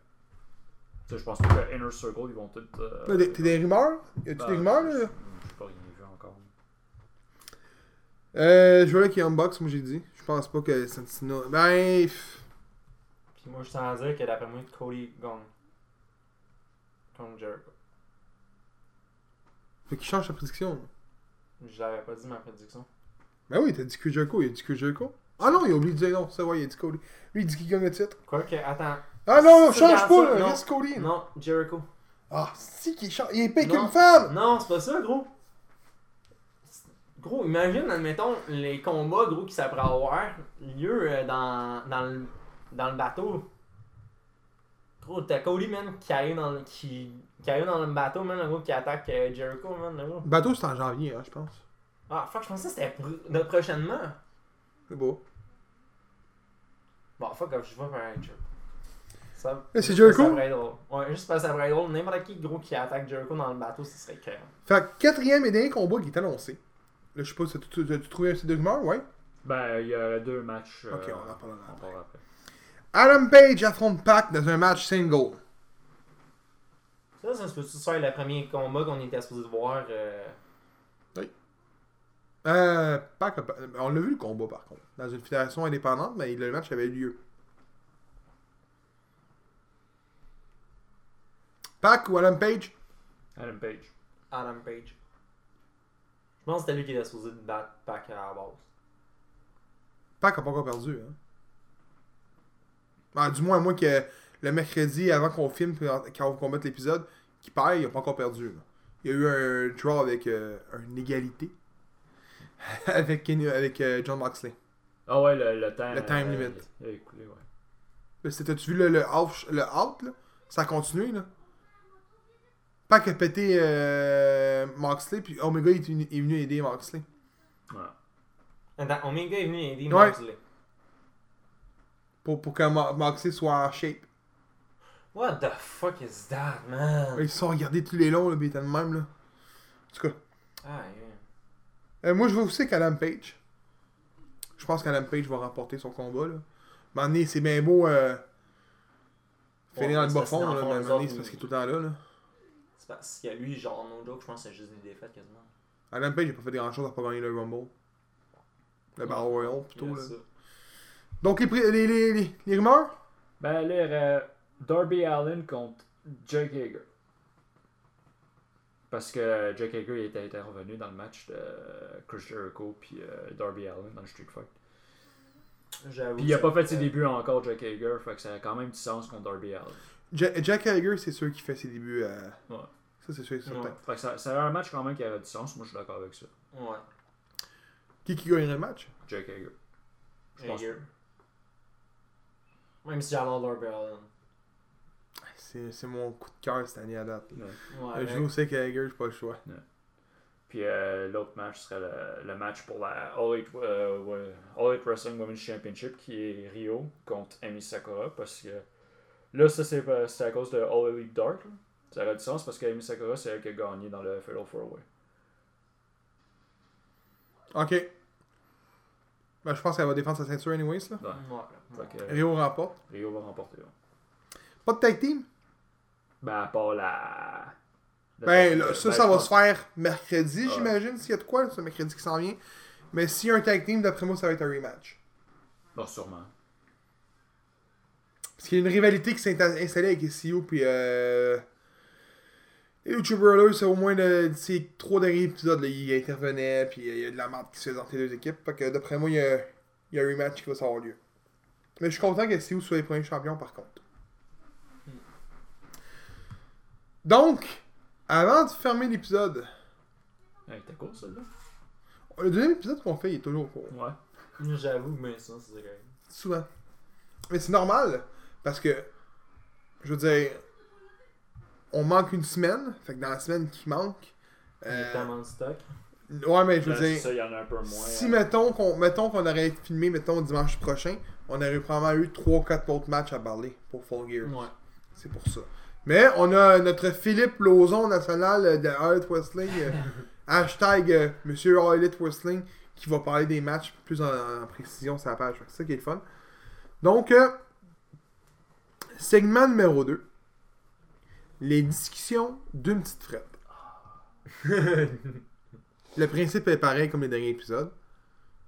tu sais, je pense pas que Inner Circle, ils vont peut-être... euh, Là, des- T'as des rumeurs Y a-tu Ben, des rumeurs là je- j'ai pas rien vu encore. Euh, je veux qu'il unbox, moi j'ai dit. Je pense pas que Santino. Ben. pff, Puis moi, je suis à dire que d'après moi, Cody gagne. Contre Jericho. Faut qu'il change sa prédiction. Je l'avais pas dit ma prédiction. Ben oui, t'as dit que Jericho, il a dit que Jericho. Ah non, il a oublié de dire non, c'est vrai, il a dit Cody. Lui, il dit qu'il gagne le titre. Quoi que, attends. Ah non, C'est change dans ça, pas, là, non. reste Cody. Non, Jericho. Ah, si, qu'il change. Il est payé Non. qu'une femme. Non, c'est pas ça, gros. Gros, imagine, admettons, les combats, gros, qui ça pourrait avoir lieu euh, dans, dans, le, dans le bateau. Gros, t'as Cody, man, qui arrive dans le, qui, qui arrive dans le bateau, man, le gros, qui attaque euh, Jericho, man, le gros. Bateau, c'est en janvier, hein, je pense. Ah, fuck, je pensais que c'était pr- de prochainement. C'est beau. Bon, Bah, fuck off, je vais faire un Jericho. Ça, Mais Eh, c'est juste parce Jericho? que Ça pourrait être drôle. Ouais, juste parce que ça pourrait être drôle. N'importe qui, gros, qui attaque Jericho dans le bateau, ce serait clair. Fait que quatrième et dernier combat qui est annoncé. Là, je sais pas si tu, tu, tu trouvé un site de rumeur, ouais. Ben, il y aurait deux matchs. euh, Ok, on en parlera on après. parle après. Adam Page affronte Pac dans un match single. Ça, ça se peut-tu faire le premier combat qu'on était supposé voir euh, Euh, Pac, a- on l'a vu le combat par contre. Dans une fédération indépendante, mais le match avait eu lieu. Pac ou Adam Page Adam Page. Adam Page. Je pense que c'était lui qui était supposé de battre Pac à la base. Pac a pas encore perdu. Hein. Ah, du moins, moi, que le mercredi, avant qu'on filme, puis en- quand on combatte l'épisode, qui perd, il a pas encore perdu. là. Il y a eu un draw avec euh, une égalité *laughs* avec, Kenny- avec euh, John Moxley. Ah ouais, le, le temps. Le time euh, limit. Il a écoulé, ouais. Là, c'était- T'as-tu vu le, le off- le out, là? Ça a continué, là. Pac a pété euh, Moxley, puis Omega est venu, est venu aider Moxley. Ouais. Attends, Omega est venu aider Ouais. Moxley. Pour, pour que Mo- Moxley soit en shape. What the fuck is that, man? Ils se sont regardés tous les longs, là, puis ils étaient de même, là. En tout cas, Ah, yeah. euh, moi, je veux aussi qu'Adam Page. Je pense qu'Adam Page va remporter son combat, là. Mais donné, c'est bien beau. Euh, finir Ouais, dans le c'est bas parce que fond, dans le là. fond, Mais à un eux moment donné, autres, c'est parce qu'il est ils- tout le temps là, là. C'est parce qu'il y a lui, genre, no joke, je pense que c'est juste des défaites quasiment. Adam Page, il a pas fait grand-chose à pas gagner le Rumble. Le Battle Royale, plutôt, Il y a là. ça. Donc, les, pré- les, les, les, les rumeurs Ben, là, il y aurait Darby Allen contre Jake Hager. Parce que euh, Jake Hager il était intervenu dans le match de Chris Jericho puis euh, Darby Allen dans le Street Fight. J'avoue. euh, Puis il a ça pas fait fait- ses débuts encore, Jake Hager, fait que ça a quand même du sens contre Darby Allen. Ja- Jack Hager, c'est sûr qu'il fait ses débuts. euh, Ouais. Ça, c'est sûr et certain. Ouais. Fait que ça, ça a un match quand même qui avait du sens, moi je suis d'accord avec ça. Ouais. Qui, qui gagnerait le match Jake Hager. Je pense Hager. Même si j'adore Darby Allen. C'est c'est mon coup de cœur cette année à date. Ouais. Ouais. je joue aussi avec Hager, j'ai pas le choix. Puis euh, l'autre match serait le, le match pour la All Elite, euh, ouais, All Elite Wrestling Women's Championship qui est Rio contre Amy Sakura parce que là, ça c'est pas- c'est à cause de All Elite Dark. là. Ça aurait du sens parce que Amy Sakura c'est elle qui a gagné dans le Fatal Four Way. Ok. Ben, je pense qu'elle va défendre sa ceinture, anyways. Là. Ouais. Ouais. Fait que, euh, Rio remporte. Rio va remporter. ouais. Pas de tag team Euh, Ben à part la. la- Ben, là, ça, ben, ça je va pense- se faire mercredi, Ouais. j'imagine, s'il y a de quoi, ce mercredi qui s'en vient. Mais s'il y a un tag team, d'après moi, ça va être un rematch. Bon, sûrement. Parce qu'il y a une rivalité qui s'est insta- installée avec SEO puis euh... Les Lucha Brothers, c'est au moins de de ces trois derniers épisodes, là, ils intervenaient, puis euh, il y a de la merde qui se faisait entre les deux équipes. Fait que d'après moi, il y, a, il y a un rematch qui va s'avoir lieu. Mais je suis content que SEO soit les premiers champions par contre. Hmm. Donc, avant de fermer l'épisode, Hey, T'es cool celle-là? le deuxième épisode qu'on fait, il est toujours court. Ouais. J'avoue, mais ça, c'est correct. Souvent. Mais c'est normal, parce que, je veux dire, on manque une semaine, fait que dans la semaine qui manque, Il euh, est tellement de stock. ouais, mais je veux Là, Euh, Ben, c'est dire, ça, il y en a un peu moins. si hein. mettons qu'on mettons qu'on aurait filmé, mettons, dimanche prochain, on aurait probablement eu 3-4 autres matchs à parler pour Full Gear. Ouais. C'est pour ça. Mais on a notre Philippe Lozon national euh, de All Elite *laughs* Wrestling, euh, hashtag euh, Monsieur All Elite Wrestling, qui va parler des matchs plus en, en précision sur la page. Fait que C'est ça qui est le fun. Donc, euh, segment numéro 2. Les discussions d'une petite frette. Le principe est pareil comme les derniers épisodes.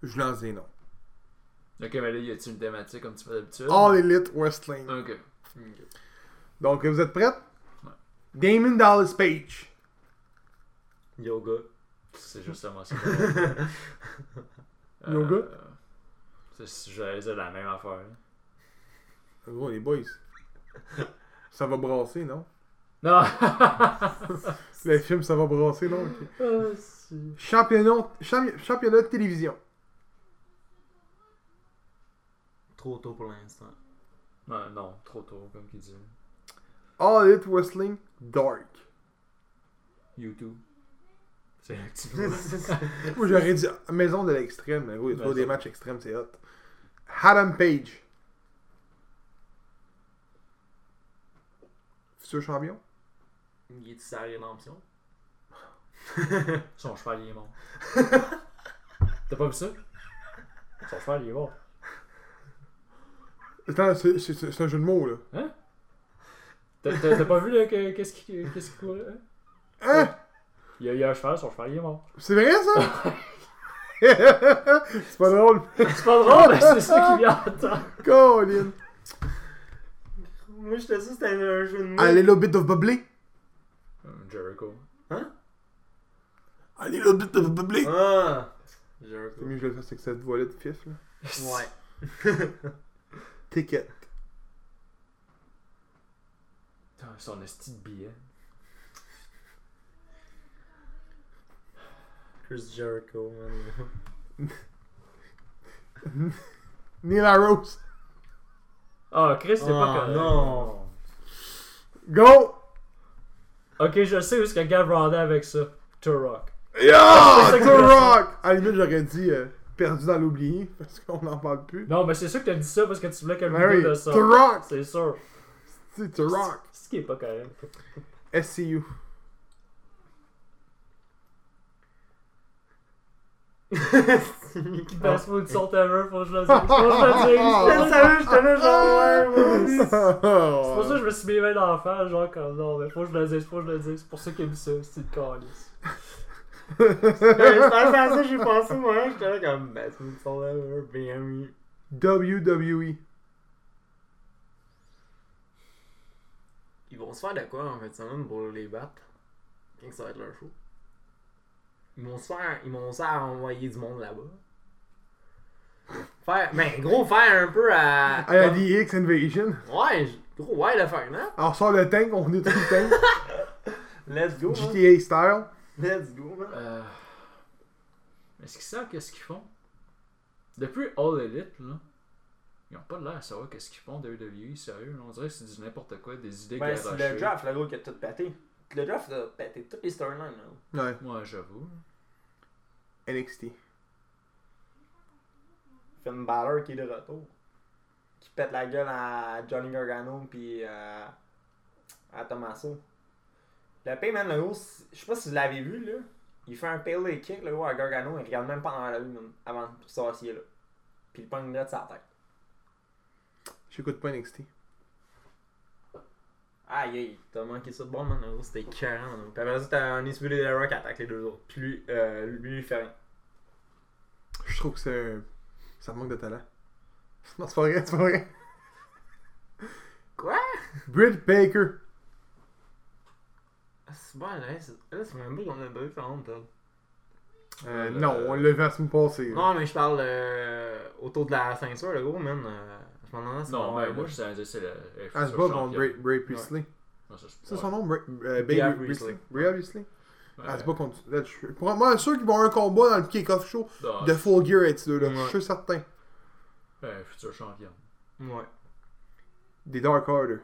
Je lance des noms. Ok, mais là, y a-tu une thématique comme tu fais d'habitude? All Elite Wrestling. Ok. Donc, vous êtes prêts? Ouais. Damon Dallas Page. Yoga. C'est justement ça. Yoga? Euh, C'est- c'est- J'allais dire la même affaire. là. Oh, les boys. *laughs* Ça va brasser, non? Non! Le film, ça va brasser, non? Ok. Ah, Championnat, champi- championnat de télévision. *laughs* Trop tôt pour l'instant. *laughs* non, non, trop tôt, comme qu'il dit. All Elite Wrestling Dark. YouTube. C'est un petit peu. *laughs* Moi, j'aurais dit Maison de l'extrême. mais gros, Il y a trop Maison. des matchs extrêmes, c'est hot. Adam Page. Futur champion. Il est sa rédemption. Son cheval, il est mort. *laughs* T'as pas vu ça? Son cheval, il est mort. Attends, c'est- c'est c'est- c'est un jeu de mots, là. Hein? T'as- T'as t'as pas vu, là, que- qu'est-ce qui, qu'est-ce qui court, là? Hein? Il y, a, il y a un cheval, son cheval, il est mort. C'est vrai, ça? *laughs* c'est pas drôle. C'est pas drôle, c'est ça qui vient en temps. Colin. Moi, j'étais sûr que c'était un jeu de mots. A little bit of bubbly. Jericho. A little bit of bubbly. Ah! Jericho. C'est mieux que je le fasse avec cette voix-là de fif, là. Ouais. Ticket. Putain, son esti de billet. Chris Jericho, *laughs* man. Neil Rose. Ah, Chris, c'est pas Ah, correct. non. Go! Ok, je sais où ce que Gab rendait avec ça. Turok. Yeah! C'est ça que Ah, The je Rock! À la limite, j'aurais dit euh, perdu dans l'oubli *laughs* parce qu'on n'en parle plus. Non, mais c'est sûr que t'as dit ça parce que tu voulais que le Mary, vidéo de The ça. Rock! C'est sûr. C'est The Rock. C'est ce qui est pas correct. SCU. *laughs* Qui passe pour une sorte à eux, faut que je le dise. Faut que je le dise. Salut, j'étais là, genre, ouais, ouais. C'est pour ça que je me suis mis les mains dans la face, genre comme non, mais faut que je le dise, faut que je le dise. C'est pour ça qu'il aime ça, c'est une calice. Ouais, C'est pensé Ben, à ça, j'ai pensé, moi. J'étais là comme, ben, c'est une sorte de BMI. WWE. Ils vont se faire de quoi en fait de semaine pour les battre quand ça va être leur show? Ils vont se faire, ils vont se faire envoyer du monde là-bas. Faire, ben gros, faire un peu à. À la DX Invasion. Ouais, j- gros, ouais, le faire, hein? non? Alors, sort le tank, on est tout le tank. *laughs* Let's go, man. GTA style. Let's go, man. Euh... Est-ce qu'ils savent qu'est-ce qu'ils font? Depuis All Elite, là, ils ont pas l'air à savoir qu'est-ce qu'ils font de WWE, sérieux. là. On dirait que c'est du n'importe quoi, des idées Ben, c'est garagées. le draft, le gros, qui a tout pété. Le draft a pété toutes les storylines, là. Ouais. Moi, j'avoue. NXT. Finn Balor qui est de retour. Qui pète la gueule à Johnny Gargano pis euh, à Tommaso. Le payman, le gros, c'est- je sais pas si vous l'avez vu, là. Il fait un pale kick, le gros, à Gargano. Il regarde même pas dans la rue, même, avant de savoir s'il est là. Pis il pogne là de sa tête. J'écoute pas NXT. Aïe, aïe, t'as manqué ça de bon, man. Le gros, c'était 40. Pis après ça, t'as un essuie de Rock qui attaque les deux autres. Pis lui, euh, lui, il fait rien. Je trouve que c'est un... Ça manque de talent. *laughs* Non, c'est pas vrai, c'est pas vrai. Quoi? Britt Baker. Ah, C'est bon, là, c'est là, c'est même pas qu'on a deux différentes, hein. Euh, Euh, non, on l'a vu la semaine passée. là. Non, mais je parle euh, autour de la ceinture, le gros, man. euh, je m'en demande si Non, c'est mais bon, moi, là. je savais dire c'est le. le Elle se futur bat contre champion. Bray, Bray Priestley. Non, ça, je- C'est ouais. son nom, Bray, euh, Bea Bray Priestley. Priestley. Bray Priestley. Ouais. Elle se bat contre. là, je suis- Pour moi, je suis sûr qu'ils vont avoir un combat dans le kick-off show Non, de Full Gear et deux là. Ouais. Je suis certain. ben, futur champion. Ouais. Des Dark Order.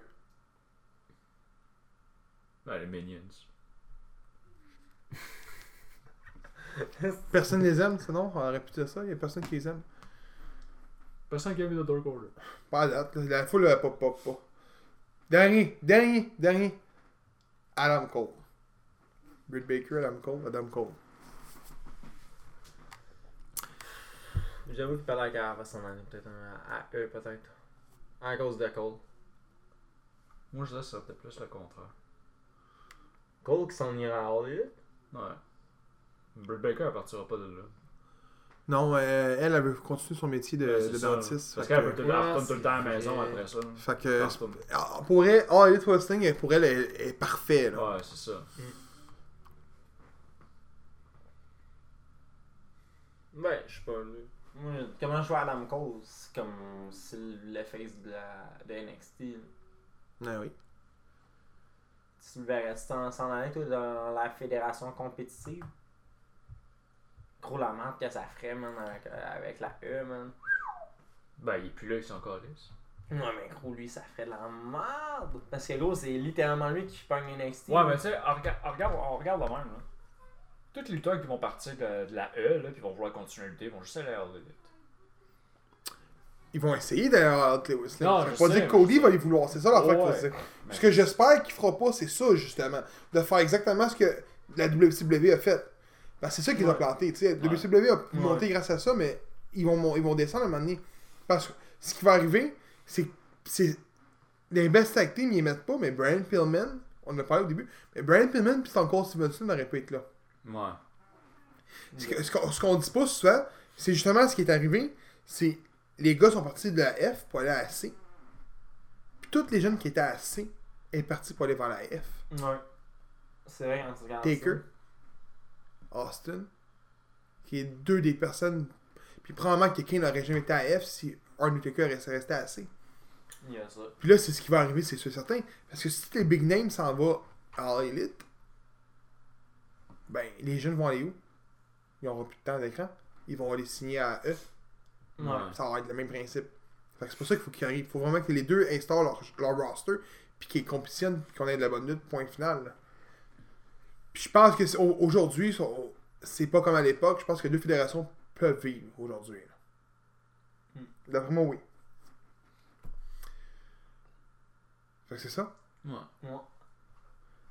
Ben, les Minions. Personne les aime, sinon, on aurait pu dire ça. Il n'y a personne qui les aime. Personne qui a vu The Dark Order. Pas à date, là, la foule, elle pop, pop, pop. Dernier, dernier, dernier. Adam Cole. Britt Baker, Adam Cole, Adam Cole. J'avoue qu'il parlait qu'elle va s'en aller, peut-être. hein, À eux, peut-être. À cause de Cole. Moi, je dirais que ça serait peut-être plus le contraire. Cole qui s'en ira à Hollywood. Ouais. Britt Baker, elle partira pas de là. Non, euh, elle, elle veut continuer son métier de, Ouais, c'est de ça. Euh, dentiste. Parce fait qu'elle peut tout que- Euh, le temps- Ouais, retourne tout le temps à la c'est maison vrai. après ça. fait que, Elle retourne. ah, pour elle, ah, Elite Wrestling, elle- pour elle, elle elle est parfait. Là. Ouais, c'est ça. Ben, je sais pas, là. Moi, Comment je vois Adam Cole, c'est comme c'est le face de, la, de NXT. là. Ah oui. Tu le verrais s'en s'en aller, toi, dans la fédération compétitive? Gros, la merde que ça ferait, man, avec, avec la E, man. Ben, il est plus là, il s'en calisse. Non, mais gros, lui, ça ferait de la merde. Parce que, gros, c'est littéralement lui qui pogne NXT. Ouais, mais tu sais, on rega- on regarde, on regarde de même. Là. Tous les lutteurs qui vont partir de, de la E, là, puis vont vouloir continuer à lutter, ils vont juste aller à All Elite. Ils vont essayer d'ailleurs Outley Wrestling. Non, Ça veut je pas sais, dire que mais Cody je sais. va les vouloir. Ah, C'est ça l'affaire Ouais. qu'il faut dire. Ben, Ce que j'espère qu'il fera pas, c'est ça justement. De faire exactement ce que la WCW a fait. Ben, c'est ça qu'ils ont Ouais. planté. tu sais. La WCW a monté grâce à ça, mais ils vont, mon- ils vont descendre à un moment donné. Parce que ce qui va arriver, c'est c'est- les best tag team, ils les mettent pas, mais Brian Pillman, on en a parlé au début, mais Brian Pillman puis encore Stevenson n'aurait pas été là. Ouais. Ce que- Ce qu'on ce qu'on dit pas souvent, c'est justement ce qui est arrivé, c'est les gars sont partis de la F pour aller à la C. Puis toutes les jeunes qui étaient à la C est parti pour aller vers la F. Ouais. C'est vrai, quand tu regardes Taker, Austin, qui est deux des personnes. Puis probablement que quelqu'un n'aurait jamais été à F si Undertaker serait resté à C. ça, Il y a ça. Puis là, c'est ce qui va arriver, c'est sûr et certain. Parce que si les big names s'en vont à l'élite, ben les jeunes vont aller où Ils n'auront plus de temps d'écran. Ils vont aller signer à E. Ouais. Ouais. Ça va être le même principe. Fait que c'est pour ça qu'il faut qu'ils arrivent. Il faut vraiment que les deux installent leur, leur roster, puis qu'ils compétitionnent, puis qu'on ait de la bonne lutte, point final. là. Puis je pense que c'est- au- aujourd'hui, so- c'est pas comme à l'époque. Je pense que deux fédérations peuvent vivre aujourd'hui. là. D'après moi, oui. Fait que c'est ça. Ouais.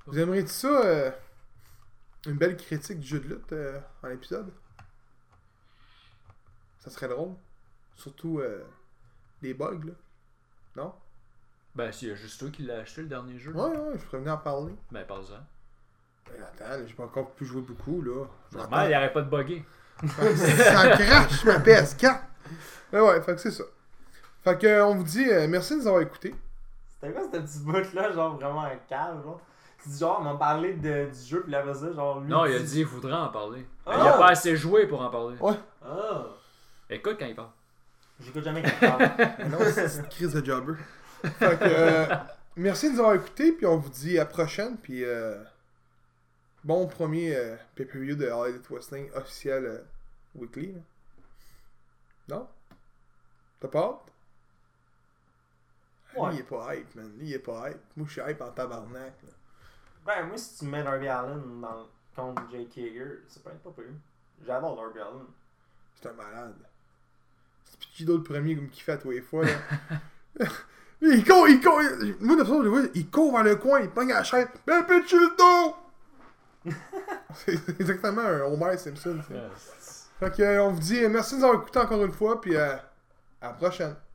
Vous aimeriez ça euh, une belle critique du jeu de lutte euh, en épisode Ça serait drôle. Surtout euh, les bugs là. Non Ben, s'il y a juste toi qui l'a acheté le dernier jeu, Ouais, ouais, je pourrais venir en parler. ben, parle-en. Mais attends, là, j'ai pas encore pu jouer beaucoup là. Je Normal, il arrête pas de bugger. m'attends- ça crache ma PS4 Mais ouais, fait que c'est ça. Fait que euh, on vous dit euh, merci de nous avoir écoutés. C'était quoi ce petit bout-là, genre vraiment un cave, genre? Tu dis genre, m'en parler de, du jeu, puis là, vas genre, lui. Non, il a dit il voudrait en parler. Mais Il Ah! a pas assez joué pour en parler. Ah! Écoute quand il parle. *laughs* J'écoute jamais quelqu'un parle. Mais non, c'est une crise de jobber. Fait que euh, merci de nous avoir écoutés, puis on vous dit à la prochaine, puis euh, bon premier euh, pay-per-view de All Elite Wrestling officiel euh, weekly. là. Non? T'as pas hâte? Ouais. Lui, il est pas hype, man. Lui, il est pas hype. Moi, je suis hype en tabarnak. là. Ben, moi, si tu mets Darby Allen dans le compte de Jake Hager, ça peut être pas pire. J'adore Darby Allen. C'est un malade. C'est petit d'autre premier comme qui fait à tous les fois, là. *laughs* Lui, il court, il court. il- Moi, de toute façon, je le vois, il court vers le coin, il pogne à la chaîne. Mais pitch le dos! C'est exactement un Homer Simpson, ça. Fait que, euh, on vous dit euh, merci de nous avoir écoutés encore une fois, puis euh, à la prochaine.